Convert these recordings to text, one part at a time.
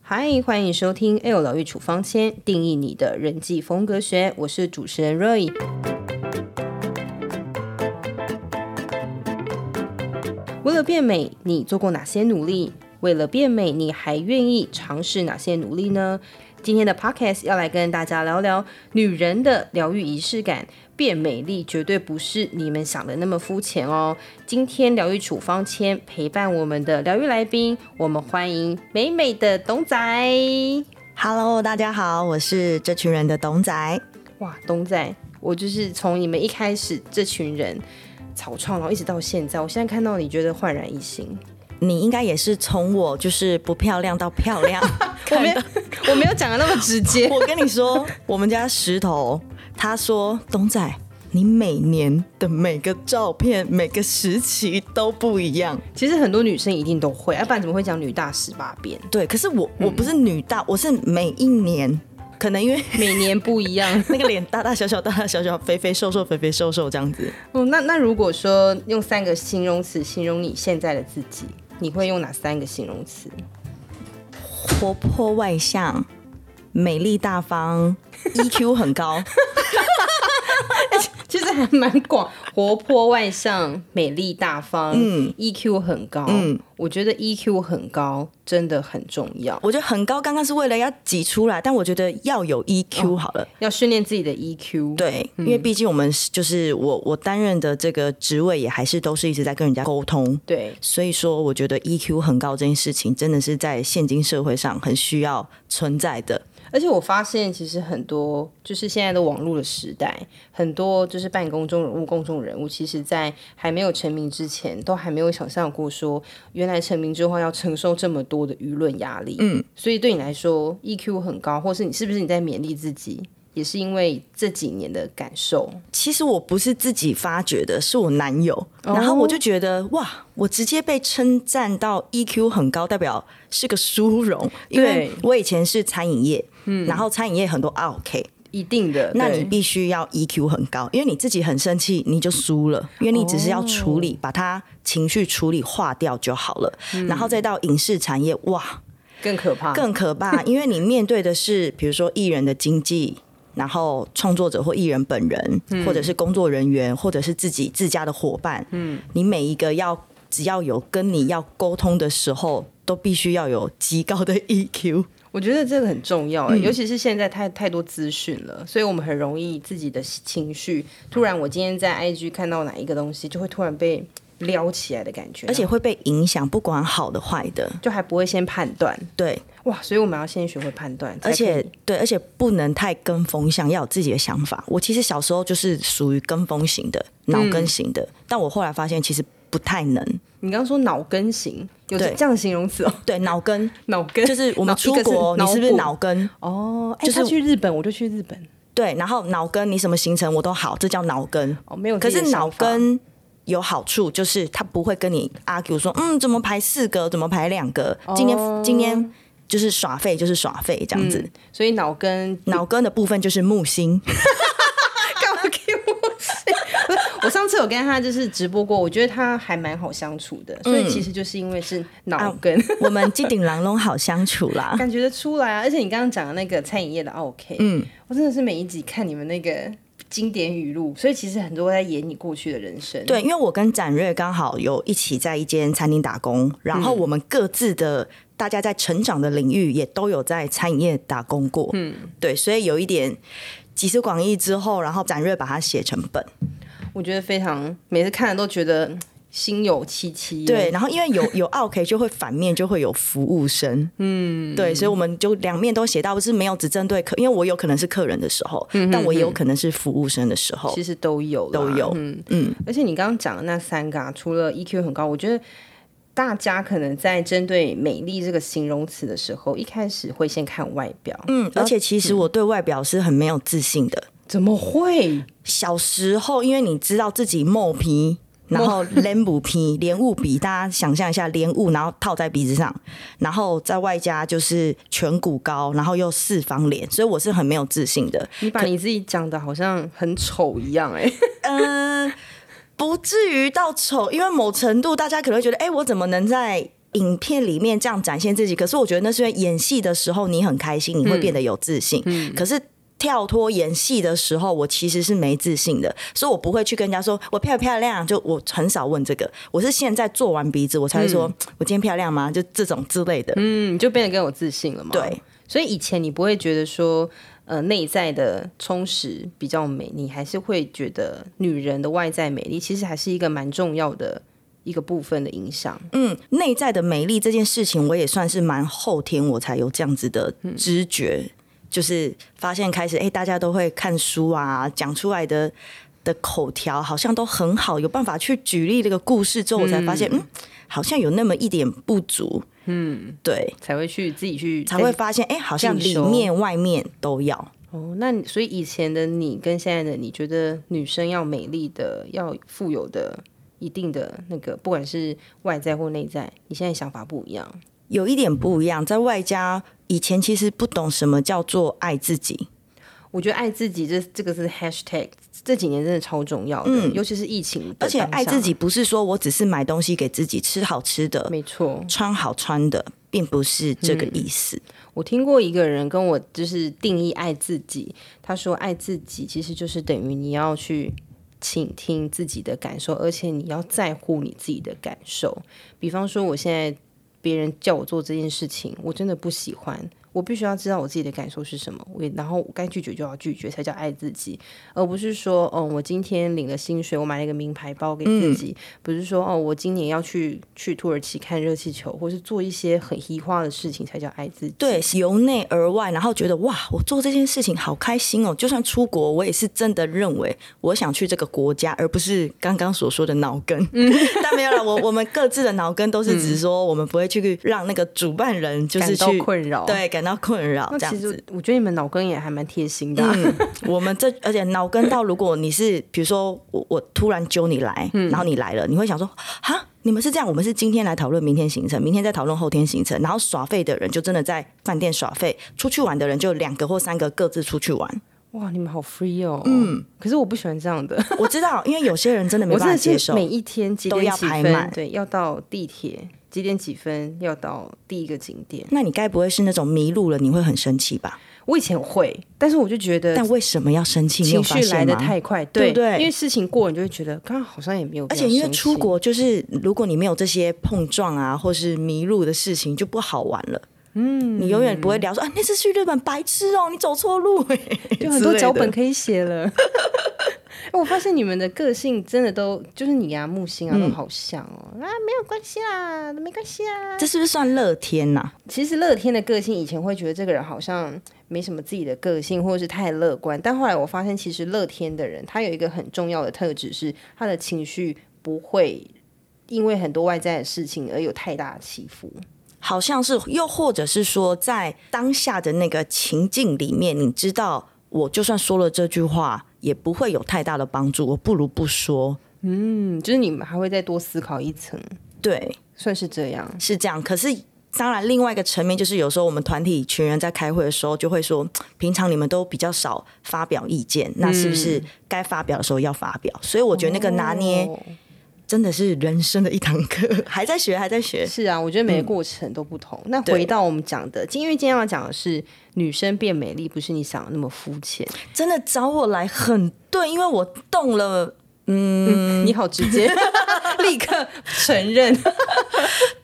嗨，欢迎收听《L 疗愈处方签》，定义你的人际风格学。我是主持人 Roy。为了变美，你做过哪些努力？为了变美，你还愿意尝试哪些努力呢？今天的 Podcast 要来跟大家聊聊女人的疗愈仪式感。变美丽绝对不是你们想的那么肤浅哦。今天疗愈处方签陪伴我们的疗愈来宾，我们欢迎美美的董仔。 Hello，大家好，我是这群人的董仔。哇，董仔，我就是从你们一开始这群人草创，然后一直到现在，我现在看到你觉得焕然一新。你应该也是从我就是不漂亮到漂 亮。我没有，我没有讲的那么直接。我跟你说，我们家石头他说，董仔，你每年的每个照片、每个时期都不一样。其实很多女生一定都会，要啊不然怎么会讲女大十八变？对，可是我我不是女大，我是每一年，可能因 为每年不一样。那个脸大大小小、大大小小、肥肥瘦瘦、肥肥瘦瘦这样子。哦，那那如果说用三个形容词形容你现在的自己，你会用哪三个形容词？ 活泼外向、美丽大方、EQ 很高。其实还蛮广，活泼外向、美丽大方，嗯，EQ 很高，嗯，我觉得 EQ 很高真的很重要，我觉得很高，刚刚是为了要挤出来，但我觉得要有 EQ 好了。要训练自己的 E EQ。，哦对，嗯因为毕竟我们是就是我我担任的这个职位也还是都是一直在跟人家沟通，对，所以说我觉得 EQ 很高这件事情真的是在现今社会上很需要存在的。而且我发现，其实很多就是现在的网络的时代，很多就是半公众人物、公众人物，其实在还没有成名之前，都还没有想象过说，原来成名之后要承受这么多的舆论压力。嗯，所以对你来说，EQ 很高，或是你是不是你在勉励自己，也是因为这几年的感受。其实我不是自己发掘的，是我男友，然后我就觉得哇，我直接被称赞到 EQ 很高，代表是个殊荣，因为对我以前是餐饮业，嗯，然后餐饮业很多啊 OK，一定的，那对你必须要 EQ 很高，因为你自己很生气，你就输了，因为你只是要处理，把它情绪处理化掉就好了。然后再到影视产业，哇，更可怕，更可怕，因为你面对的是比如说艺人的经纪。然后创作者或艺人本人，或者是工作人员，或者是自己自家的伙伴，嗯，你每一个要只要有跟你要沟通的时候，都必须要有极高的 E EQ。我觉得这个很重要、嗯欸，尤其是现在太太多资讯了，所以我们很容易自己的情绪突然，我今天在 IG 看到哪一个东西，就会突然被撩起来的感觉，而且会被影响，不管好的坏的，就还不会先判断，对，哇，所以我们要先学会判断，而才且可以对，而且不能太跟风向，要有自己的想法。我其实小时候就是属于跟风型的、脑根型嗯的，但我后来发现其实不太能。你刚刚说脑根型，有对这样形容词哦，对，脑根脑根就是我们出国，你是不是脑根？哦？哎、就是他去日本，我就去日本，对，然后脑根你什么行程我都好，这叫脑根。哦，没有可自己的是想脑法，根有好处，就是他不会跟你 argue 说，嗯，怎么排四个，怎么排两个，哦今天、今天就是耍废就是耍废这样子。所以脑根脑根的部分就是木星，干嘛给我钱？不是我上次有跟他就是直播过，我觉得他还蛮好相处的，所以其实就是因为是嗯脑根，我们金顶狼龙好相处 啦。感觉得出来啊。而且你刚刚讲的那个餐饮业的 OK，嗯，我真的是每一集看你们那个经典语录，所以其实很多在演你过去的人生。对，因为我跟展瑞刚好有一起在一间餐厅打工，然后我们各自的、大家在成长的领域也都有在餐饮业打工过，嗯，对，所以有一点集思广益之后，然后展瑞把它写成本，我觉得非常，每次看了都觉得嗯心有戚戚。啊对，，然后因为有 有 OK 就会反面就会有服务生，嗯，对，所以我们就两面都写到，不是没有只针对客，因为我有可能是客人的时候，但我也有可能是服务生的时候其，实都有啦都有嗯嗯。而且你刚刚讲的那三个、啊，除了 EQ 很高，我觉得大家可能在针对美丽这个形容词的时候，一开始会先看外表。嗯，嗯，而且其实我对外表是很没有自信的，怎么会？小时候，因为你知道自己冒皮，然后 连补皮、连雾笔，大家想象一下连雾，然后套在鼻子上，然后再外加就是颧骨高，然后又四方脸，所以我是很没有自信的。你把你自己讲的好像很丑一样、哎，嗯、不至于到丑，因为某程度大家可能会觉得，哎、我怎么能在影片里面这样展现自己，可是我觉得那是因为演戏的时候你很开心，你会变得有自信。可是跳脱演戏的时候，我其实是没自信的，所以我不会去跟人家说我漂不漂亮，就我很少问这个。我是现在做完鼻子，我才会说、我今天漂亮吗？就这种之类的。 嗯，你就变得更有自信了嘛。对，所以以前你不会觉得说，呃，内在的充实比较美，你还是会觉得女人的外在美丽其实还是一个蛮重要的一个部分的影响。嗯，内在的美丽这件事情，我也算是蛮后天我才有这样子的知觉，就是发现开始，哎、大家都会看书啊，讲出来的的口条好像都很好，有办法去举例这个故事之后，我才发现，嗯好像有那么一点不足，嗯，对，才会去自己去才会发现，哎、好像进里修面外面都要。哦，那你所以以前的你跟现在的你觉得女生要美丽的，要富有的一定的那个，不管是外在或内在，你现在想法不一样。有一点不一样，在外加以前其实不懂什么叫做爱自己，我觉得爱自己这这个是 hashtag，这几年真的超重要的，尤其是疫情的嗯而且当下爱自己，不是说我只是买东西给自己吃好吃的，没错，穿好穿的，并不是这个意思。我听过一个人跟我就是定义爱自己，他说爱自己其实就是等于你要去倾听自己的感受，而且你要在乎你自己的感受。比方说，我现在别人叫我做这件事情，我真的不喜欢。我必须要知道我自己的感受是什么，我也然后该拒绝就要拒绝，才叫爱自己，而不是说，哦，我今天领了薪水，我买了一个名牌包给自己，不是说，哦，我今年要去去土耳其看热气球，或是做一些很嘻化的事情，才叫爱自己。对，由内而外，然后觉得哇，我做这件事情好开心哦！就算出国，我也是真的认为我想去这个国家，而不是刚刚所说的脑根。嗯 但没有了，我我们各自的脑根都是只说，我们不会去让那个主办人就是感到去困扰对，感到困扰那这样其子实。我觉得你们脑根也还蛮贴心的啊、嗯， 我们这而且脑跟到，如果你是比如说我我突然揪你来，嗯然后你来了，你会想说哈，你们是这样，我们是今天来讨论明天行程，明天再讨论后天行程，然后耍废的人就真的在饭店耍废，出去玩的人就两个或三个各自出去 玩。 哇，你们好 free 哦。嗯，可是我不喜欢这样 的，我知道，因为有些人真的没我办真法的接是受。每一天几点几都要排分，满对，要到地铁几点几分要到第一个景点。那你该不会是那种迷路了你会很生气吧？我以前会，但是我就觉得但为什么要生气？你有情发绪来现的吗？太快，对不对因为事情过了，你就会觉得刚刚好像也没有必而要生且气，因为出国，就是如果你没有这些碰撞啊，或是迷路的事情，就不好玩了。嗯，你永远不会聊说啊，那次去日本白痴哦、你走错路、欸， 有很多之类的脚本可以写了。 哎我发现你们的个性真的都就是你啊、木星啊嗯都好像哦、啊，没有关系啦，没关系啊，这是不是算乐天呐、其实乐天的个性以前会觉得这个人好像没什么自己的个性，或者是太乐观。但后来我发现，其实乐天的人他有一个很重要的特质是，他的情绪不会因为很多外在的事情而有太大的起伏。好像是，又或者是说，在当下的那个情境里面，你知道，我就算说了这句话，也不会有太大的帮助，我不如不说。嗯，就是你们还会再多思考一层，对，算是这样。是这样。可是当然，另外一个层面就是，有时候我们团体群人在开会的时候，就会说，平常你们都比较少发表意见，那是不是该发表的时候要发表？所以我觉得那个拿捏哦真的是人生的一堂课， 还在学，还在学。是啊，我觉得嗯每个过程都不同。那回到我们讲的，今因为今天要讲的是女生变美丽，不是你想的那么肤浅。真的找我来很对，因为我动了。嗯你好直接， 立刻承认。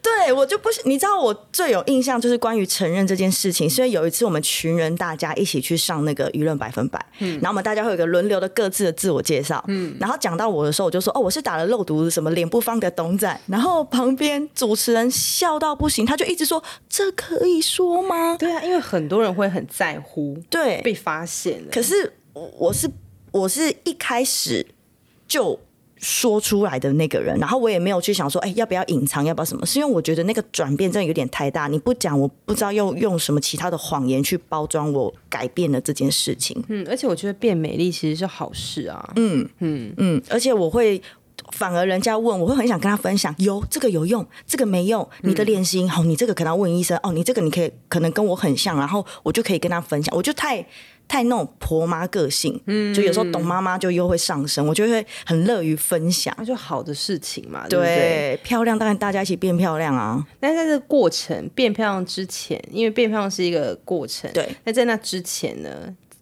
对我就不是，你知道我最有印象就是关于承认这件事情，所以有一次我们群人大家一起去上那个舆论百分百，然后我们大家会有一个轮流的各自的自我介绍，然后讲到我的时候，我就说哦，我是打了肉毒什么脸部方的董仔，然后旁边主持人笑到不行，他就一直说这可以说吗？对啊，因为很多人会很在乎对，被发现了。可是我我是我是一开始就说出来的那个人，然后我也没有去想说，哎、要不要隐藏，要不要什么？是因为我觉得那个转变真的有点太大，你不讲，我不知道用用什么其他的谎言去包装我改变了这件事情。嗯，而且我觉得变美丽其实是好事啊。嗯，而且我会。反而人家问，我会很想跟他分享，有这个有用，这个没用。你的脸型，哦好、你这个可能要问医生哦，你这个你可以可能跟我很像，然后我就可以跟他分享。我就太太那种婆妈个性，嗯，就有时候懂妈妈就又会上升，我就会很乐于分享。那就好的事情嘛，对不对？对，漂亮当然大家一起变漂亮啊，那在这个过程变漂亮之前，因为变漂亮是一个过程，对。那在那之前呢，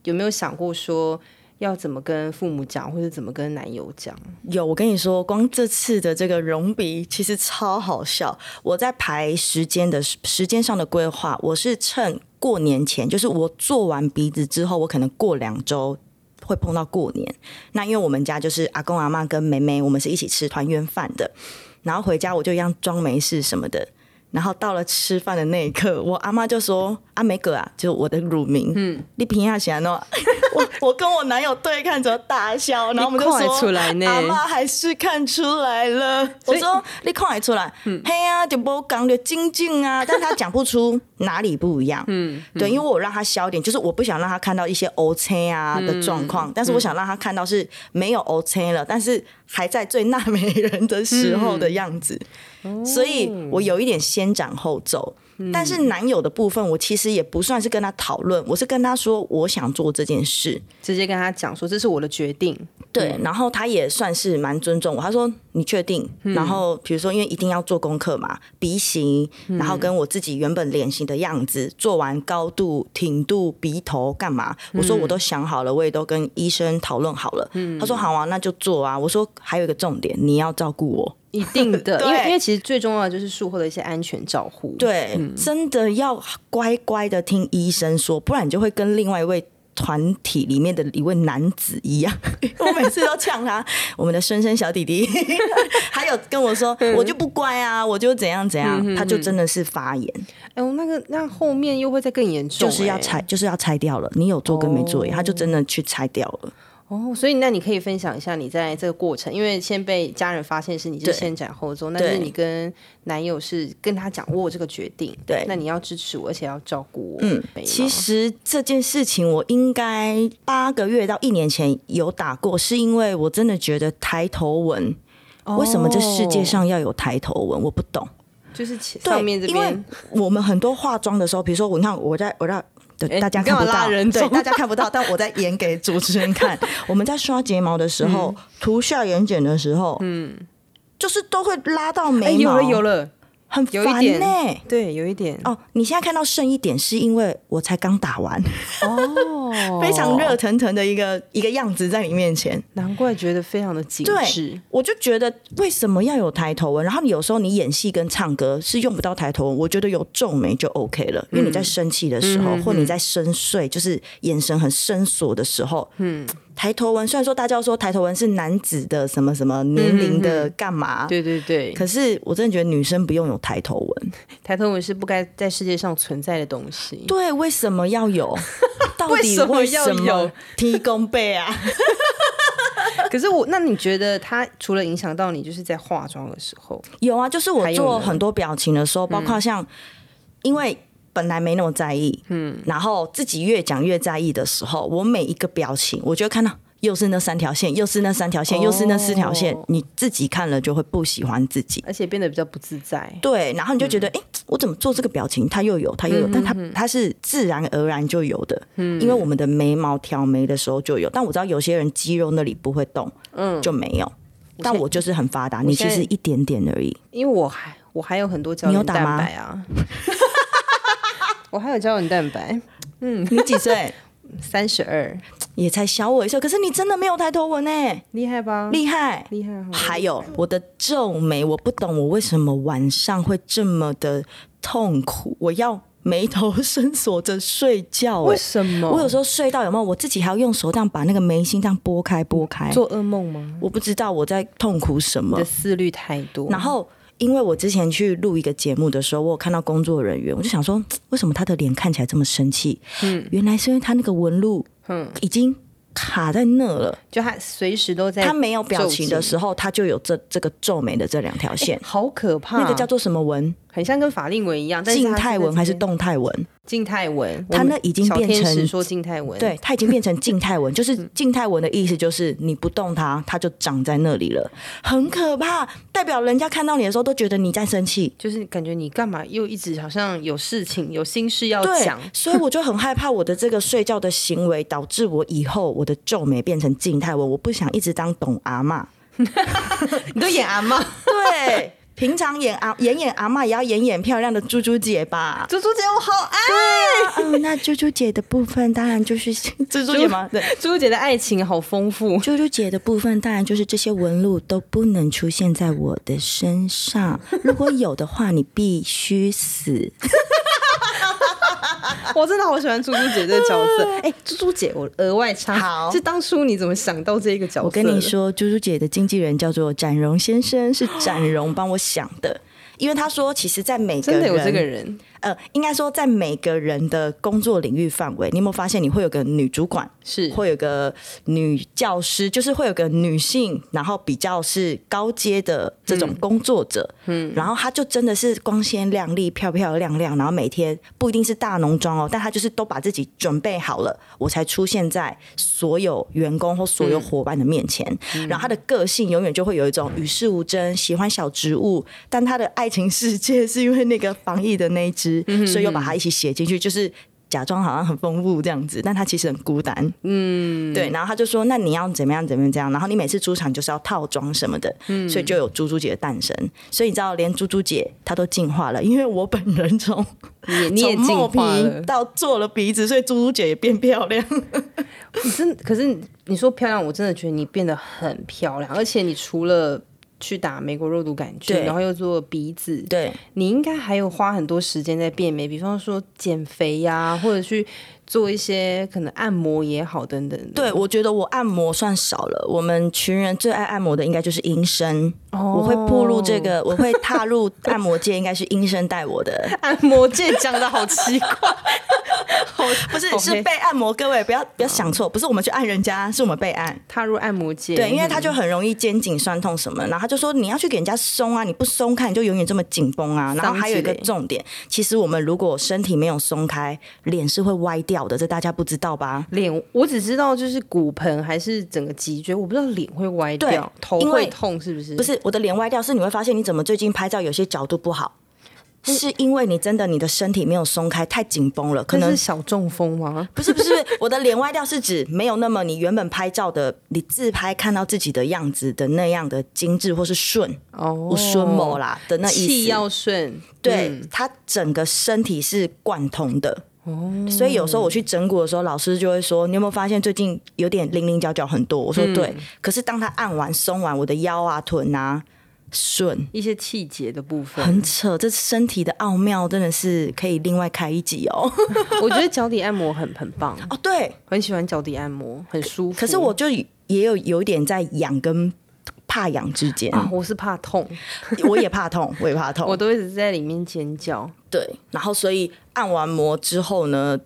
有没有想过说要怎么跟父母讲，或者怎么跟男友讲？有，我跟你说，光这次的这个容鼻其实超好笑。我在排时间的时间上的规划，我是趁过年前，就是我做完鼻子之后，我可能过两周会碰到过年。那因为我们家就是阿公阿妈跟妹妹，我们是一起吃团圆饭的。然后回家我就一样装没事什么的。然后到了吃饭的那一刻，我阿妈就说：“阿梅哥啊，就是我的乳名，嗯，你平下想喏。” 我我跟我男友对看着大笑，然后我们就你看说：“得出来呢阿妈还是看出来了。”我以嗯说：“你看得出来？嘿啊，就不讲的精 进啊。”但他讲不出哪里不一样，嗯，对，因为我让他消点，就是我不想让他看到一些 O C 啊的状嗯况，但是我想让他看到是没有 O C 了，但是还在最纳美人的时候嗯的样子。所以我有一点先斩后奏。但是男友的部分，我其实也不算是跟他讨论，我是跟他说我想做这件事，直接跟他讲说这是我的决定，对，然后他也算是蛮尊重我，他说你确定？然后比如说，因为一定要做功课嘛，鼻型，然后跟我自己原本脸型的样子，做完高度、挺度、鼻头干嘛？我说我都想好了，我也都跟医生讨论好了。他说好啊，那就做啊。我说还有一个重点，你要照顾我。一定 的，对因为因为其实最重要的就是术后的一些安全照护。，对，真的要乖乖的听医生说，不然你就会跟另外一位。团体里面的一位男子一样，我每次都呛他，我们的深深小弟弟，还有跟我说，我就不乖啊，我就怎样怎样，他就真的是发炎，哎呦，那个那后面又会再更严重、就是要哎拆，就是要拆掉了。你有做跟没做一样，他就真的去拆掉了。哦。所以那你可以分享一下你在这个过程，因为先被家人发现是你是对先斩后奏，那就是对你跟男友是跟他讲我有这个决定，对那你要支持我，而且要照顾我。嗯没，吗其实这件事情我应该八个月到一年前有打过，是因为我真的觉得抬头纹，为什么这世界上要有抬头纹？我不懂。哦就是前对上面这因为边，我们很多化妆的时候，比如说我你看我在我在。对，哎大家你干看嘛不到，拉人对，走大家看不到，但我在演给主持 人看。我们在刷睫毛的时候，嗯涂下眼睑的时候，嗯，就是都会拉到哎、眉有毛，了有了，很有烦一呢、点对，有一点哦，你现在看到剩一点，是因为我才刚打完，哦 非常热，腾腾的一个一个样子在你面前。难怪觉得非常的紧致对。，我就觉得为什么要有抬头纹？然后你有时候你演戏跟唱歌是用不到抬头纹，我觉得有皱眉就 OK 了，因为你在生气的时候，或你在深邃，就是眼神很深锁的时候，嗯，抬头纹虽然说大家说抬头纹是男子的什么什么年龄的干嘛，对对对，可是我真的觉得女生不用有抬头纹，抬头纹是不该在世界上存在的东西。对，为什么要有？ 到底为什么为什要有 么提供背啊？可是我，那你觉得它除了影响到你，就是在化妆的时候，有啊，就是我还有做呢嗯很多表情的时候，包括像、因为本来没那么在意，嗯，然后自己越讲越在意的时候，我每一个表情，我就会看到又是那三条线，又是那三条线，又是那四条线哦，你自己看了就会不喜欢自己。而且变得比较不自在。对，然后你就觉得，嗯哎、我怎么做这个表情，它又有，它又有，但它它是自然而然就有的，嗯因为我们的眉毛挑眉的时候就有，但我知道有些人肌肉那里不会动，嗯，就没有，但我就是很发达，你现其在实一点点而已。因为我还我还有很多胶你有原打蛋吗白啊， 我还有胶原蛋白，你几岁？三十二，也才小我一岁，可是你真的没有抬头纹哎，厉害吧？厉害！嗯厉害哈！还有我的皱眉，我不懂我为什么晚上会这么的痛苦，我要眉头深锁着睡觉哎为。什么？我有时候睡到有没有，我自己还要用手这样把那个眉心这样拨开拨开，做噩梦吗？我不知道我在痛苦什你么的。思虑太多，然后因为我之前去录一个节目的时候，我有看到工作人员，我就想说，嘖为什么他的脸看起来这么生气？嗯，原来是因为他那个纹路，嗯，已经卡在那了。就他随时都在，他没有表情的时候，候，他就有这这个皱眉的这两条线，好可怕。那个叫做什么纹？很像跟法令纹一样，但是静它态哎在纹还是这边动态纹？静态文，它那已经小变天使成说静态文，对，它已经变成静态文，就是嗯静态文的意思就是你不动它，它就长在那里了，很可怕。代表人家看到你的时候都觉得你在生气。就是感觉你干嘛又一直好像有事情、有心事要 对讲，，所以我就很害怕我的这个睡觉的行为导致我以后我的皱眉变成静态文，我不想一直当懂 阿嬷。你都演阿妈，对，平常演阿演演阿嬷也要演演漂亮的猪猪姐 吧。猪猪姐我好爱，嗯，那猪猪姐的部分当 然就是猪猪姐吗？对，猪猪姐的爱情好丰富，猪猪姐的部分，当然就是这些纹路都不能出现在我的 身上。如果有的话，你必须死。我真的好喜欢猪猪姐这个角色。 哎、猪猪姐，我额外插，好是当初你怎么想到这个角色？我跟你，说，猪猪姐的经纪人叫做展荣先生，是展荣帮我想的。因为他说，其实，在每个真人的有这个人，呃，应该说，在每个人的工作领域范围，你有没有发现，你会有个女主管，是会有个女教师，就是会有个女性，然后比较是高阶的这种工作者，嗯，然后她就真的是光鲜亮丽、漂漂亮亮，然后每天不一定是大浓妆哦，但她就是都把自己准备好了，我才出现在所有员工或所有伙伴的面前。然后她的个性永远就会有一种与世无争，喜欢小植物，但她的爱情世界是因为那个防疫的那一只，所以又把它一起写进去，就是。假装好像很丰富这样子，但她其实很孤单。嗯对，然后他就说，那你要怎么样怎么样这样，然后你每次出场就是要套装什么的，嗯所以就有猪猪姐的诞生。所以你知道，连猪猪姐她都进化了，因为我本人从你 也你也从进冒化皮了，到做了鼻子，所以猪猪姐也变漂亮。你真可是你说漂亮，我真的觉得你变得很漂亮，而且你除了。去打美国肉毒杆菌，对然后又做鼻子，对，你应该还有花很多时间在变美，比方说减肥呀、或者去做一些可能按摩也好等等的。 对，我觉得我按摩算少了。我们群人最爱按摩的应该就是医生，哦我会步入 这个，我会踏入按摩界，应该是医生带我的。按摩界讲的好奇怪， 好不是好，是黑被按摩，各位不要不要想错，不是我们去按人家，是我们被按。踏入按摩界，对，因为他嗯就很容易肩颈酸痛什么，然后他就说你要去给人家松啊，你不松开你就永远这么紧绷啊。然后还有一个桑吉雷重点，其实我们如果身体没有松开，脸是会歪掉的，这大家不知道吧？脸，我只知道就是骨盆还是整个脊椎，我不知道脸会歪掉对，头因会为痛是不是？不，是我的脸歪掉，是你会发现你怎么最近拍照有些角度不好，嗯是因为你真的你的身体没有松开，太紧绷了，可那能是小中风吗？不是不是，我的脸歪掉是指没有那么你原本拍照的你自拍看到自己的样子的那样的精致或是顺，哦，我顺某啦的那意思。气要顺，对嗯，他整个身体是贯通的。哦所以有时候我去整骨的时候，老师就会说：“你有没有发现最近有点零零角角很多？”我说：“嗯对。可是当他按完、松完，我的腰啊、臀啊顺，一些气节的部分，很扯。这身体的奥妙真的是可以另外开一集哦。 我觉得脚底按摩很很棒，哦，对，很喜欢脚底按摩，很舒服。可是我就也有有一点在痒跟怕痒之间，啊，我是怕痛，我也怕痛，我也怕痛。 我都一直在里面尖叫。对，然后所以按完摩之后呢，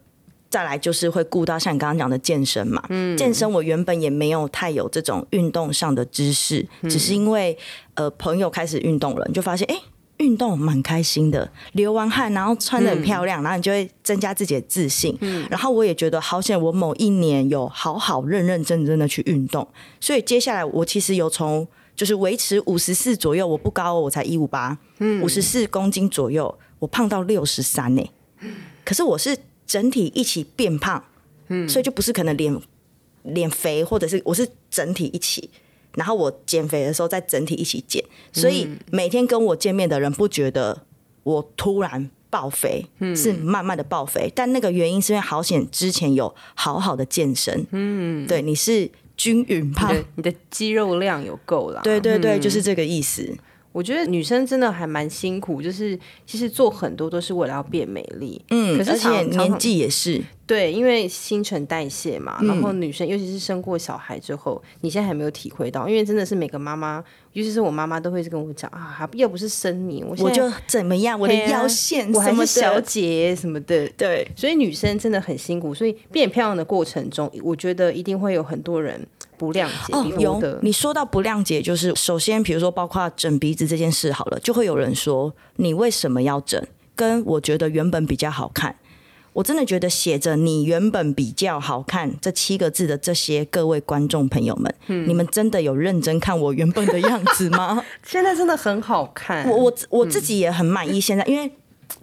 再来就是会顾到像你刚刚讲的健身嘛。健身我原本也没有太有这种运动上的知识，只是因为呃朋友开始运动了，你就发现哎。诶运动蛮开心的，流完汗，然后穿的很漂亮，然后你就会增加自己的自信。然后我也觉得好险，我某一年有好好认认真真的去运动，所以接下来我其实有从就是维持五十四左右，我不高、哦，我才一五八，五十四公斤左右，我胖到六十三呢。可是我是整体一起变胖，所以就不是可能脸脸肥，或者是我是整体一起。然后我减肥的时候再整体一起减，所以每天跟我见面的人不觉得我突然爆肥，是慢慢的爆肥。但那个原因是因为好险之前有好好的健身，嗯，对，你是均匀胖你，的你的肌肉量有够啦。对对对，嗯就是这个意思。我觉得女生真的还蛮辛苦，就是其实做很多都是为了要变美丽。嗯，可是而常且常年常纪也是，对，因为新陈代谢嘛，嗯然后女生尤其是生过小孩之后，你现在还没有体会到，因为真的是每个妈妈，尤其是我妈妈都会跟我讲啊，要不是生你，我现我在就怎么样，我的嘿啊腰线我什还么是小的，姐什么的。对，所以女生真的很辛苦，所以变漂亮的过程中，我觉得一定会有很多人不谅解、哦比，我有的。你说到不谅解，就是首先，比如说包括整鼻子这件事好了，就会有人说你为什么要整，跟我觉得原本比较好看。我真的觉得写着“你原本比较好看”这七个字的这些各位观众朋友们，嗯你们真的有认真看我原本的样子吗？现在真的很好看。我我我自己也很满意现在，因为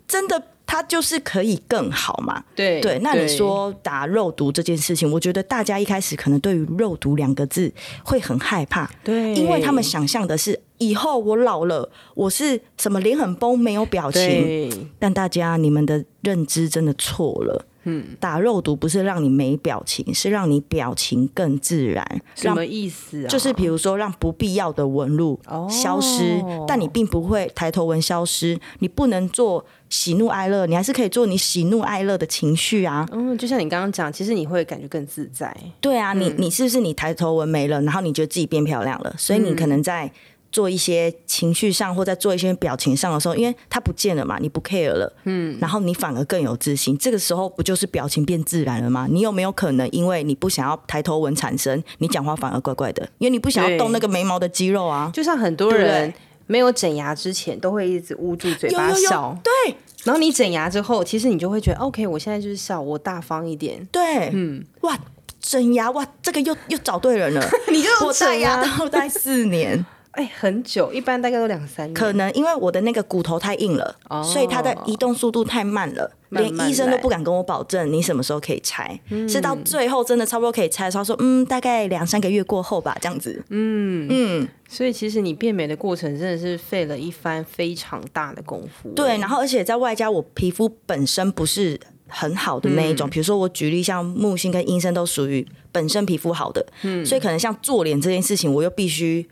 真的它就是可以更好嘛。对对，那你说打肉毒这件事情，我觉得大家一开始可能对于“肉毒”两个字会很害怕，对，因为他们想象的是以后我老了，我是什么脸很崩，没有表情。对但大家你们的认知真的错了。嗯，打肉毒不是让你没表情，是让你表情更自然，什让么意思啊？就是比如说让不必要的纹路哦消失，但你并不会抬头纹消失，你不能做喜怒哀乐，你还是可以做你喜怒哀乐的情绪啊。嗯，就像你刚刚讲，其实你会感觉更自在。对啊，你你是不是你抬头纹没了，然后你觉得自己变漂亮了，所以你可能在做一些情绪上或在做一些表情上的时候，因为它不见了嘛，你不 care 了，嗯，然后你反而更有自信，这个时候不就是表情变自然了吗？你有没有可能因为你不想要抬头纹产生，你讲话反而怪怪的，因为你不想要对动那个眉毛的肌肉啊？就像很多对不人对没有整牙之前都会一直捂住嘴有巴有笑，有，对然后你整牙之后，其实你就会觉得哦 OK，我现在就是笑，我大方一点。对，嗯，哇，整牙哇，这个又又找对人 了，你就我戴整牙牙，套戴四年。 哎、很久，一般大概都两三年。可能因为我的那个骨头太硬了，所以它的移动速度太慢了，哦慢连慢医生都来嗯不敢跟我保证你什么时候可以拆。是到最后真的差不多可以拆的时候，他说嗯，大概两三个月过后吧，这样子。嗯嗯，所以其实你变美的过程真的是费了一番非常大的功夫。对。然后而且在外加我皮肤本身不是。很好的那一嗯种，比如说我举例，像木星跟阴身都属于本身皮肤好的，嗯，所以可能像做脸这件事情，我又必须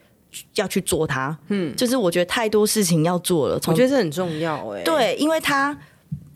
要去做它，嗯，就是我觉得太多事情要做了，我从觉得这很重要哎、，对，因为它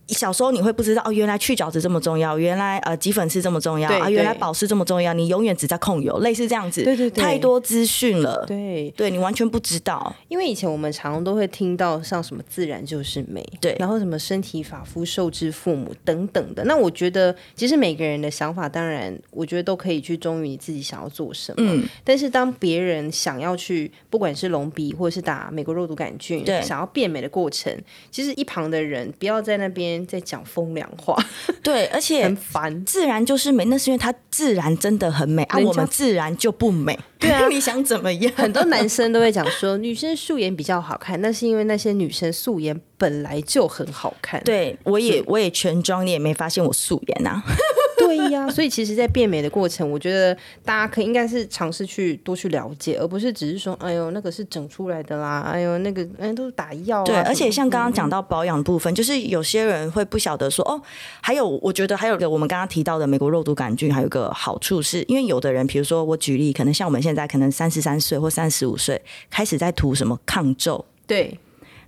小时候你会不知道哦，原来去角质这么重要，原来呃挤粉刺这么重要对啊，原来对保湿这么重要，你永远只在控油，类似这样子，对对对太多资讯了，对，对你完全不知道，因为以前我们常常都会听到像什么“自然就是美”，对然后什么“身体发肤受之父母”等等的。那我觉得，其实每个人的想法，当然我觉得都可以去忠于你自己想要做什么。嗯，但是当别人想要去，不管是隆鼻或者是打美国肉毒杆菌，对想要变美的过程，其实一旁的人不要在那边在讲风凉话，对，而且很。烦。 自然就是美，那是因为它自然真的很美啊，人家我们自然就不美。对啊， 你想怎么样？很多男生都会讲说，女生素颜比较好看，那是因为那些女生素颜本来就很好看。对我也我也全妆，你也没发现我素颜啊。 对呀，所以其实，在变美的过程，我觉得大家可以应该是尝试去多去了解，而不是只是说，哎呦，那个是整出来的啦，哎呦，那个，哎，都是打药啊。对，什么而且像刚刚讲到保养部分，就是有些人会不晓得说哦，还有我觉得还有一个我们刚刚提到的美国肉毒杆菌，还有一个好处是，因为有的人，比如说我举例，可能像我们现在可能三十三岁或三十五岁开始在涂什么抗皱，对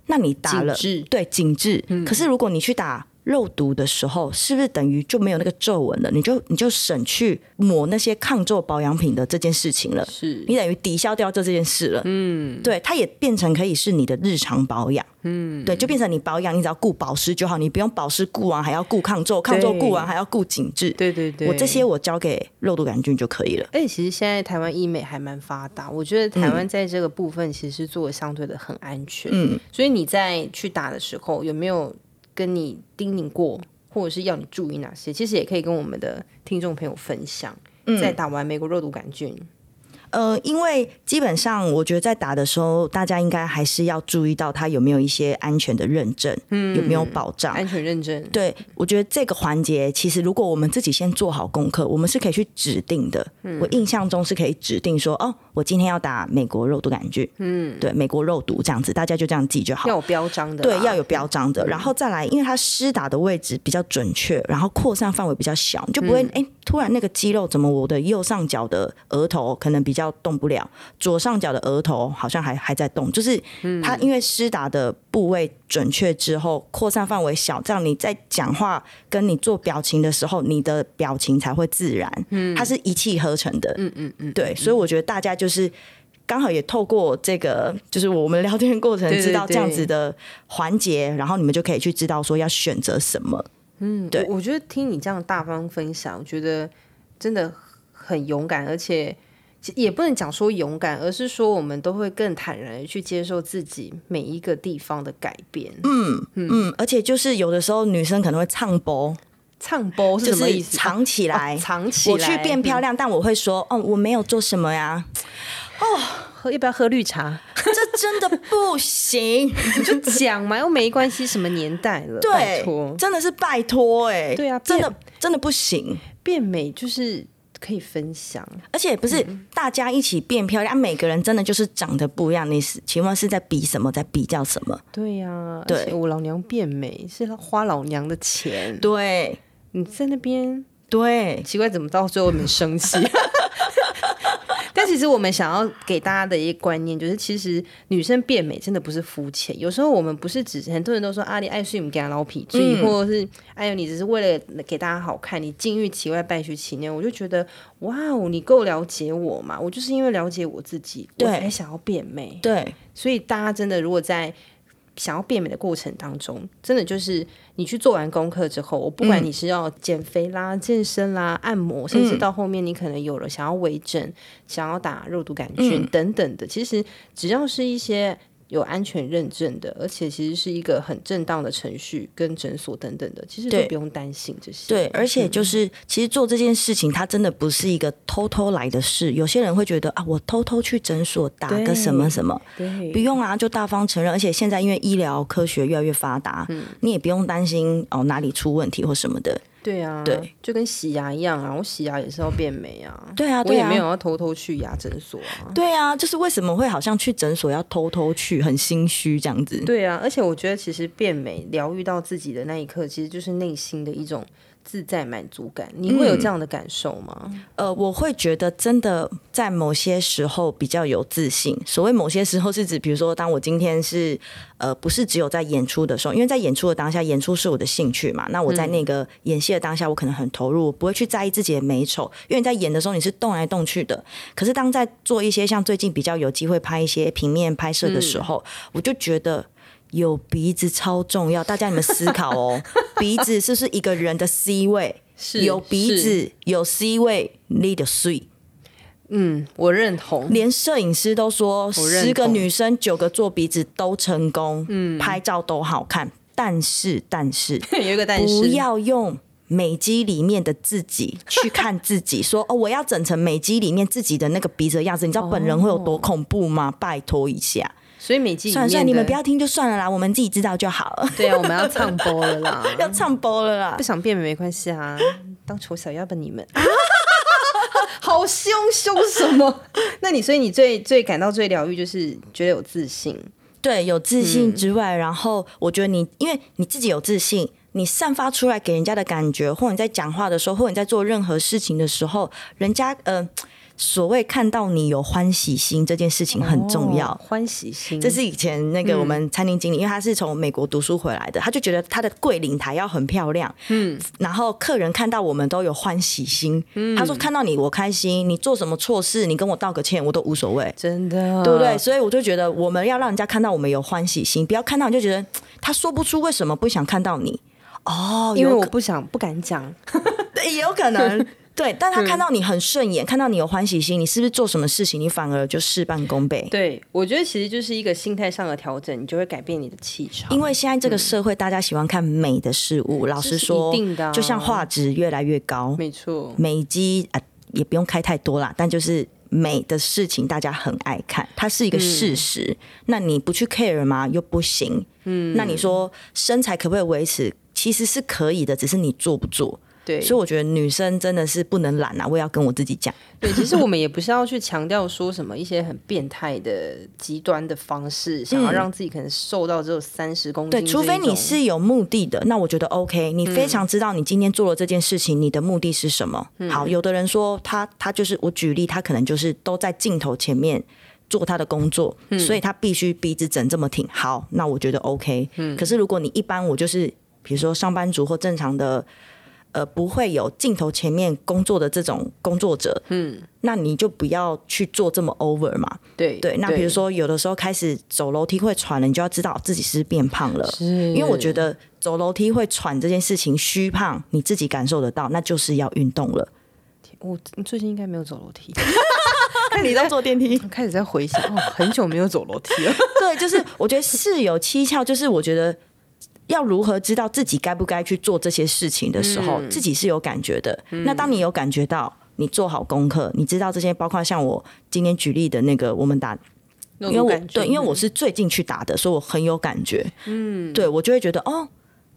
那你打了紧致嗯对紧致，可是如果你去打。肉毒的时候，是不是等于就没有那个皱纹了？你就你就省去抹那些抗皱保养品的这件事情了，是你等于抵消掉这件事了。嗯，对，它也变成可以是你的日常保养。嗯，对，就变成你保养，你只要顾保湿就好，你不用保湿顾完还要顾抗皱，抗皱顾完还要顾紧致。对对对，我这些。我交给肉毒杆菌就可以了。而且其实现在台湾医美还蛮发达，我觉得台湾在这个部分其实做的相对的很安全。嗯，所以你在去打的时候，有没有跟你叮咛过，或者是要你注意哪些？其实也可以跟我们的听众朋友分享。在打完美国肉毒杆菌，呃，因为基本上我觉得在打的时候，大家应该还是要注意到它有没有一些安全的认证，嗯，有没有保障。安全认证，对，我觉得这个环节其实如果我们自己先做好功课，我们是可以去指定的。我印象中是可以指定说，哦，我今天要打美国肉毒杆菌，嗯，对，美国肉毒这样子，大家就这样记就好要。有标章的啦，嗯对，要有标章的，然后再来，因为它施打的位置比较准确，然后扩散范围比较小，你就不会嗯哎、诶突然那个肌肉怎么我的右上角的额头可能比较动不了，左上角的额头好像还还在动，就是它嗯因为施打的部位准确之后，扩散范围小，这样你在讲话跟你做表情的时候，你的表情才会自然，嗯，它是一气呵成的，嗯嗯嗯，对，所以我觉得大家就是。刚好也透过这个，就是我们聊天过程对对知道这样对子的环节，然后你们就可以去知道说要选择什么。对嗯我我觉得听你这样大方分享，我觉得真的很勇敢，而且其也不能讲说勇敢，而是说我们都会更坦然的去接受自己每一个地方的改变。嗯，嗯，而且就是有的时候女生可能会唱播，唱播是就什么意是思？藏起来，哦藏起来嗯我去变漂亮，但我会说，哦，我没有做什 么呀，喝要不要喝绿茶？这真的不行。 就讲嘛，又没关系，什么年代了？拜 对托，，真的是拜托哎、对啊真的变真的不行。变美就是可以分享，而且不是嗯大家一起变漂亮，啊每个人真的就是长得不一样。你是请问是在比什么，在比较什么？对呀、而对且我老娘变美是花老娘的钱，对你在那边对，奇怪，怎么到最后我们生气？ 但其实我们想要给大家的一个观念，就是其实女生变美真的不是肤浅。有时候我们不是只是很多人都说啊，你爱睡，你给她老脾气，或者是哎呦，你只是为了给大家好看，你金玉其外，败絮其内。我就觉得哇哦，你够了解我嘛？我就是因为了解我自己，我对才想要变美。对所以大家真的如果在想要变美的过程当中，真的就是你去做完功课之后，我不嗯管你是要减肥啦、健身啦、按摩，甚至到后面你可能有了想要微整、想要打肉毒杆嗯菌等等的，其实只要是一些。有安全认证的，而且其实是一个很正当的程序，跟诊所等等的，其实都对不用担心这些。对，而嗯且就是、其实做这件事情，它真的不是一个偷偷来的事。有些人会觉得啊，我偷偷去诊所打个什么什么，对不用啊，就大方承认。而且现在因为医疗科学越来越发达，嗯你也不用担心哦哪里出问题或什么的。对啊，对，就跟洗牙一样啊，我洗牙也是要变美啊。对啊，我对也啊，没有要偷偷去牙诊所啊。对啊，就是为什么会好像去诊所要偷偷去，很心虚这样子。对啊，而且我觉得其实变美、疗愈到自己的那一刻，其实就是内心的一种自在满足感。你会有这样的感受吗？呃，我会觉得真的在某些时候比较有自信。所谓某些时候是指，比如说，当我今天是呃，不是只有在演出的时候，因为在演出的当下，演出是我的兴趣嘛。那我在那个演戏的当下，我可能很投入，我不会去在意自己的美丑，因为你在演的时候你是动来动去的。可是当在做一些像最近比较有机会拍一些平面拍摄的时候，我就觉得。有鼻子超重要，大家你们思考哦，鼻子是不是一个人的 C 位？是有鼻，子，有 C 位，你的睡。嗯，我认同。连摄影师都说，我认同十个女生九个做鼻子都成功，嗯，拍照都好看。但是，但是 有一个但是，不要用美肌里面的自己去看自己，说哦，我要整成美肌里面自己的那个鼻子的样子。你知道本人会有多恐怖吗？拜托一下，所以美肌里算了算面了，你哦们的不要听就算了啦，我们自己知道就好了。 对啊，我们要唱播了啦。 要唱播了啦不，想变美没关系啊，当丑小鸭吧你们。 好凶，凶什么？ 那你所以你最最感到最疗愈，就是觉得有自信。对，有自信之外，然后我觉得你，因为你自己有自信，你散发出来给人家的感觉，或者你在讲话的时候，或者你在做任何事情的时候，人家呃，所谓看到你有欢喜心这件事情很重要。哦欢喜心，这是以前那个我们餐厅经理，因为他是从美国读书回来的，他就觉得他的桂林台要很漂亮，嗯，然后客人看到我们都有欢喜心，他说看到你我开心，你做什么错事，你跟我道个歉我都无所谓，真的，对不对？？所以我就觉得我们要让人家看到我们有欢喜心，不要看到你就觉得嘖他说不出为什么不想看到你哦，因为有我可不想不敢讲，对也有 可 能对，但他看到你很顺眼，看到你有欢喜心，你是不是做什么事情你反而就事半功倍？对，我觉得其实就是一个心态上的调整，你就会改变你的气场。因为现在这个社会，大家喜欢看美的事物。老嗯这实是一说，定的啊就像画质越来越高，没错，美肌啊、也不用开太多啦，但就是美的事情大家很爱看，它是一个事实。那你不去 care 吗？又不行。嗯，那你说身材可不可以维持？其实是可以的，只是你做不做。对，所以我觉得女生真的是不能懒啊！我也要跟我自己讲，对，其实我们也不是要去强调说什么一些很变态的极端的方式，想要让自己可能瘦到只有三十公斤这嗯对，一除种，嗯非你是有目的的，那我觉得 OK。你非常知道你今天做了这件事情，你的目的是什么？嗯好，有的人说他他就是我举例，他可能就是都在镜头前面。做他的工作，嗯所以他必须鼻子整这么挺。好，那我觉得 OK。可嗯是如果你一般，我就是比如说上班族或正常的，呃，不会有镜头前面工作的这种工作者，嗯，那你就不要去做这么 over 嘛。对对，那比如说有的时候开始走楼梯会喘了，你就要知道自己是不是变胖了。因为我觉得走楼梯会喘这件事情，虚胖你自己感受得到，那就是要运动了。我最近应该没有走楼梯， 那 你要坐电 梯？开始在回想，哦，很久没有走楼梯了。对，就是我觉得事有蹊跷，就是我觉得。要如何知道自己该不该去做这些事情的时候，自己是有感觉的。那当你有感觉到，你做好功课，你知道这些，包括像我今天举例的那个，我们打因 因为我对，因为我是最近去打的，所以我很有感觉。嗯，对我就会觉得哦，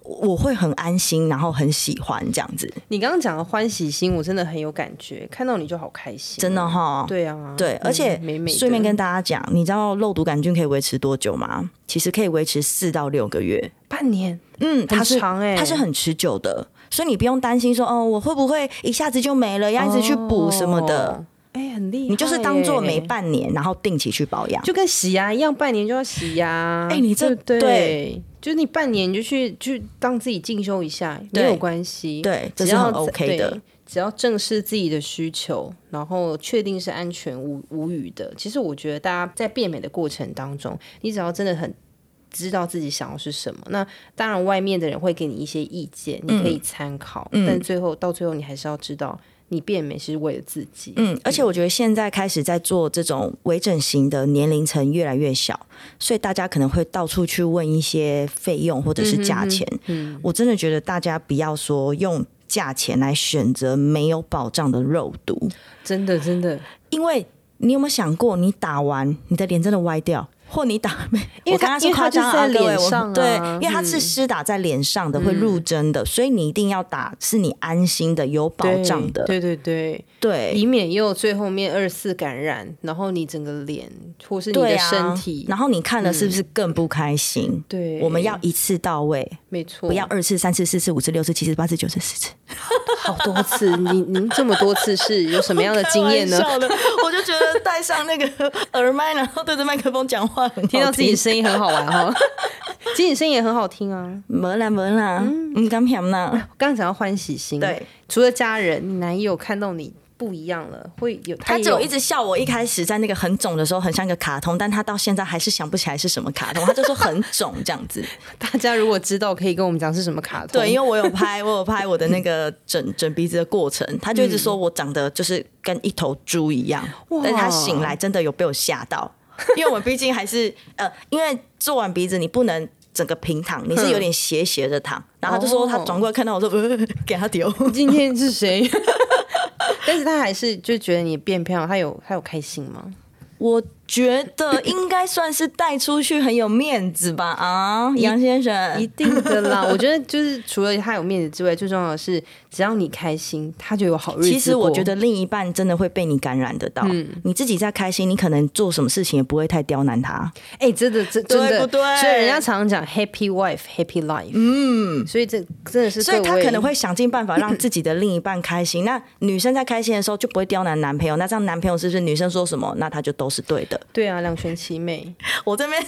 我我会很安心，然后很喜欢这样子，你刚刚讲的欢喜心，我真的很有感觉，看到你就好开心，真的哈、对啊，对，而且嗯美美的顺便跟大家讲，你知道肉毒杆菌可以维持多久吗？其实可以维持四到六个月。半年，嗯，它是长欸它是很持久的，所以你不用担心说哦，我会不会一下子就没了，要一直去补什么的。哦，哎、很厉害耶，你就是当做每半年，然后定期去保养。就跟洗啊牙一样，半年就要洗牙。哎你这对不对，对就是你半年你就去去当自己进修一下，没对有关系。对这只是要很在 OK 的对只要正视自己的需求，然后确定是安全无无语的。其实我觉得大家在变美的过程当中，你只要真的很。知道自己想要是什么，那当然外面的人会给你一些意见，你嗯可以参考，但最后到最后你还是要知道，你变美是为了自己。嗯，而且我觉得现在开始在做这种微整形的年龄层越来越小，所以大家可能会到处去问一些费用或者是价钱。嗯我真的觉得大家不要说用价钱来选择没有保障的肉毒，真的真的，因为你有没有想过，你打完你的脸真的歪掉？或你打， 因为它我刚刚是夸张因为它就是啊，在各位，脸我上啊对，嗯因为它是施打在脸上的，会入针的，所以你一定要打，是你安心的、有保障的，对对对，对以免又最后面二次感染，然后你整个脸或是你对的啊身体，然后你看了是不是更不开心？对，我们要一次到位，没错，不要二次、三次、四次、五次、六次、七次、八次、九 次、十次。好多次。你您这么多次是有什么样的经验 呢开？玩笑的我就觉得戴上那个耳麦，然后对着麦克风讲话，很好听到自己声音很好玩 哦，其实你声音也很好听啊。没啦没啦，嗯，刚平啦，刚刚讲到欢喜心，对，除了家人，你男友看到你不一样了，会有他也只有一直笑我。一开始在那个很肿的时候，很像一个卡通，但他到现在还是想不起来是什么卡通，他就说很肿这样子。大家如果知道，可以跟我们讲是什么卡通。对，因为我有 拍，我有拍我的那个整整鼻子的过程，他就一直说我长得就是跟一头猪一样，但是他醒来真的有被我吓到，因为我毕竟还是 呃，因为做完鼻子你不能。整个平躺，你是有点斜斜着躺，然后他就说他转过来看到我说， 呃、给他丢，今天是谁？ 但是他还是就觉得你变漂亮，他有他有开心吗？ 我觉得应该算是带出去很有面子吧啊，杨先一生，定的啦， 我觉得就是除了他有面子之外，最重要的是，只要你开心，他就有好日子过。其实我觉得另一半真的会被你感染得到，你自己在开心，你可能做什么事情也不会太刁难他，哎、真的，真真的对不对所以人家常讲 happy wife, happy life。嗯，所以这真的是，所以他可能。会想尽办法让自己的另一半开心。那女生在开心的时候就不会刁难男朋友，那这样男朋友是不是女生说什么，那他就都是对的？对啊，两全其美。 我这边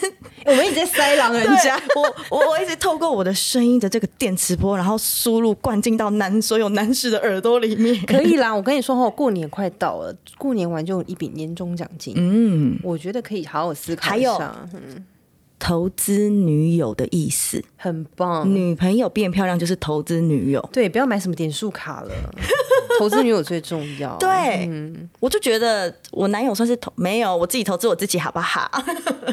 我们一直在塞狼人对家，我我我一直透过我的声音的这个电磁波，然后输入灌进到男所有男士的耳朵里面。可以啦。我跟你说哦，过年快到了，过年完就有一笔年终奖金。嗯，我觉得可以好好思考一下， 投资女友的意思，很棒。女朋友变漂亮就是投资女友。对，不要买什么点数卡了，投资女友最重要。 对，嗯我就觉得我男友算是投没有，我自己投资我自己好不好？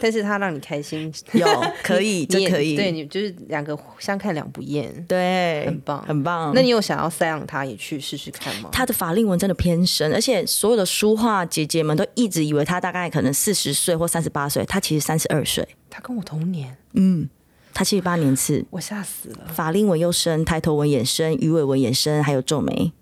但是他让你开心， 有可以，你这也可以，对你就是两个相看两不厌，对，很棒很棒。那你有想要塞让他也去试试看吗？他的法令纹真的偏深，而且所有的书画姐姐们都一直以为他大概可能四十岁或三十八岁，他其实三十二岁，他跟我同年，他七十八年次，我吓死了。法令纹又深，抬头纹也深，鱼尾纹也深，还有皱眉。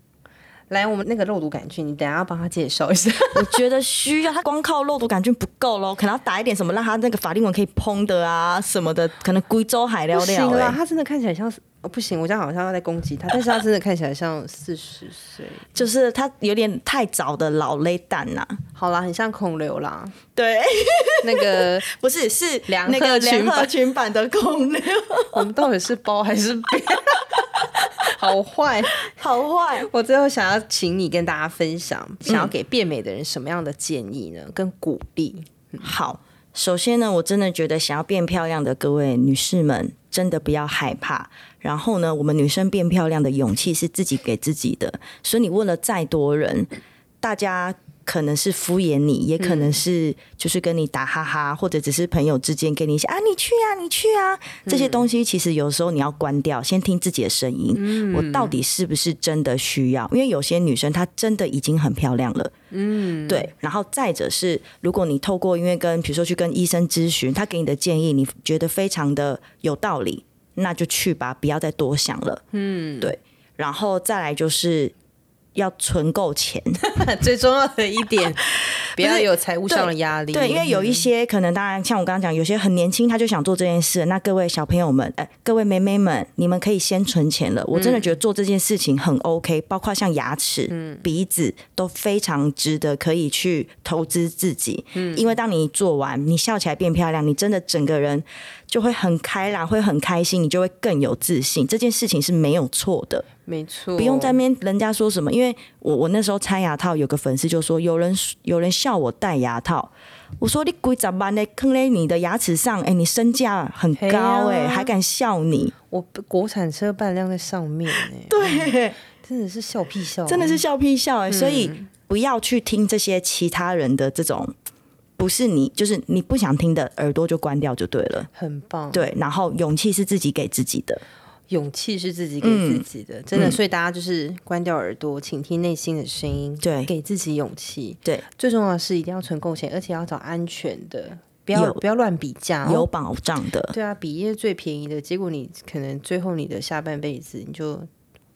来，我们那个肉毒杆菌，你等一下帮他介绍一下。我觉得需要他光靠肉毒杆菌不够咯，可能要打一点什么让他那个法令纹可以嘭的啊什么的，可能贵州海料不料、行啦，欸，他真的看起来像是……哦，不行，我这样好像要在攻击他，但是他真的看起来像四十岁。就是他有点太早的老泪蛋呐、好啦，很像孔刘啦，对，那个 不是是梁那个鹤群梁鹤版群版的 公牛，我们到底是包还是边？好坏。好坏。我最后想要请你跟大家分享，想要给变美的人什么样的建议呢？跟鼓励。好，首先呢，我真的觉得想要变漂亮的各位女士们，真的不要害怕。然后呢，我们女生变漂亮的勇气是自己给自己的，所以你问了再多人，大家。可能是敷衍你，也可能是就是跟你打哈哈，或者只是朋友之间给你一些啊，你去啊，你去啊，这些东西其实有时候你要关掉，先听自己的声音，我到底是不是真的需要？因为有些女生她真的已经很漂亮了，嗯，对。然后再者是，如果你透过因为跟比如说去跟医生咨询，他给你的建议，你觉得非常的有道理，那就去吧，不要再多想了，嗯，对。然后再来就是要存够钱。最重要的一 点，不要有财务上的压力。对，因为有一些可能，当然像我刚刚讲，有些很年轻，他就想做这件事。那各位小朋友们，哎、各位妹妹们，你们可以先存钱了。我真的觉得做这件事情很 OK，、包括像牙齿、鼻子都非常值得可以去投资自己。嗯，因为当你做完，你笑起来变漂亮，你真的整个人就会很开朗，会很开心，你就会更有自信。这件事情是没有错的。没错，不用在那边人家说什么，因为我我那时候拆牙套，有个粉丝就说有人有人笑我戴牙套，我说你鬼咋办呢？坑在你的牙齿上，哎、你身价很嘿啊高哎、还敢笑 你？我国产车半量在上面、欸，对，真的是笑屁笑，真的是笑屁笑嗯哎、所以不要去听这些其他人的这种。不是你，就是你不想听的耳朵就关掉就对了。很棒。对，然后勇气是自己给自己的。勇气是自己给自己嗯的，真的。所以大家就是关掉耳朵，倾听内心的声音，对给自己勇气。对，最重要的是一定要存够钱，而且要找安全的，不要有不要乱比价、哦。有保障的。对啊，比耶最便宜的，结果你可能最后你的下半辈子你就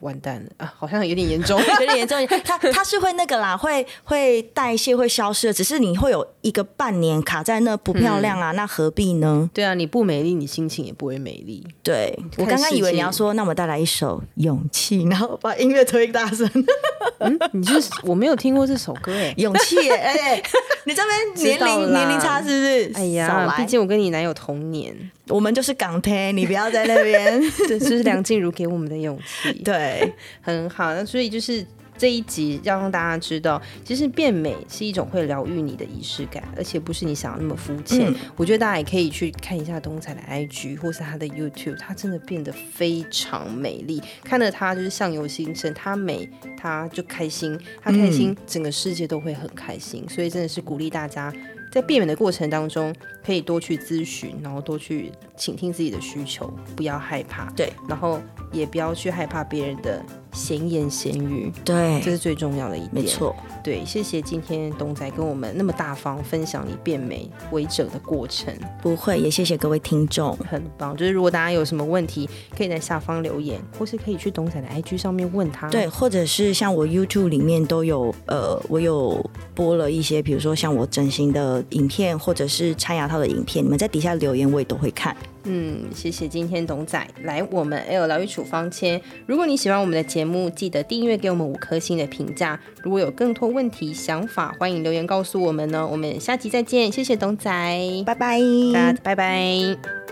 完蛋了啊，好像有点严重。 有点严重，它它是会那个啦，会会代谢会消失的，只是你会有一个半年卡在那不漂亮啊，那何必呢？对啊，你不美丽，你心情也不会美丽。对看我刚刚以为世界你要说，那我们带来一首《勇气》，然后把音乐推大声，《嗯你就是 我没有听过这首歌哎、勇气》耶哎、你这边知 年道龄啦年龄差是不是？哎少呀，来毕竟我跟你男友同年，我们就是港台，你不要在那边。这就是梁静茹给我们的勇气。 对，很好。那所以就是这一集要让大家知道，其实变美是一种会疗愈你的仪式感，而且不是你想的那么肤浅。嗯我觉得大家也可以去看一下东彩的 IG 或是她的 YouTube，她真的变得非常美丽。看了她就是相由心生，她美她就开心，她开心、整个世界都会很开心。所以真的是鼓励大家。在变美的过程当中，可以多去咨询，然后多去倾听自己的需求，不要害怕。对，然后也不要去害怕别人的闲言闲语，这对，是最重要的一点。没，错，对，谢谢今天东仔跟我们那么大方分享你变美为者的过程，不会，也谢谢各位听众。很棒。就是如果大家有什么问题，可以在下方留言，或是可以去东仔的 IG 上面问他。对，，或者是像我 YouTube 里面都有，呃，我有播了一些，比如说像我整形的影片，或者是拆牙套的影片，你们在底下留言我也都会看。嗯，谢谢今天董仔来我们 L 疗愈处方签。如果你喜欢我们的节目，记得订阅给我们五颗星的评价。如果有更多问题、想法，欢迎留言告诉我们哦。我们下期再见，谢谢董仔，拜拜，大家拜拜。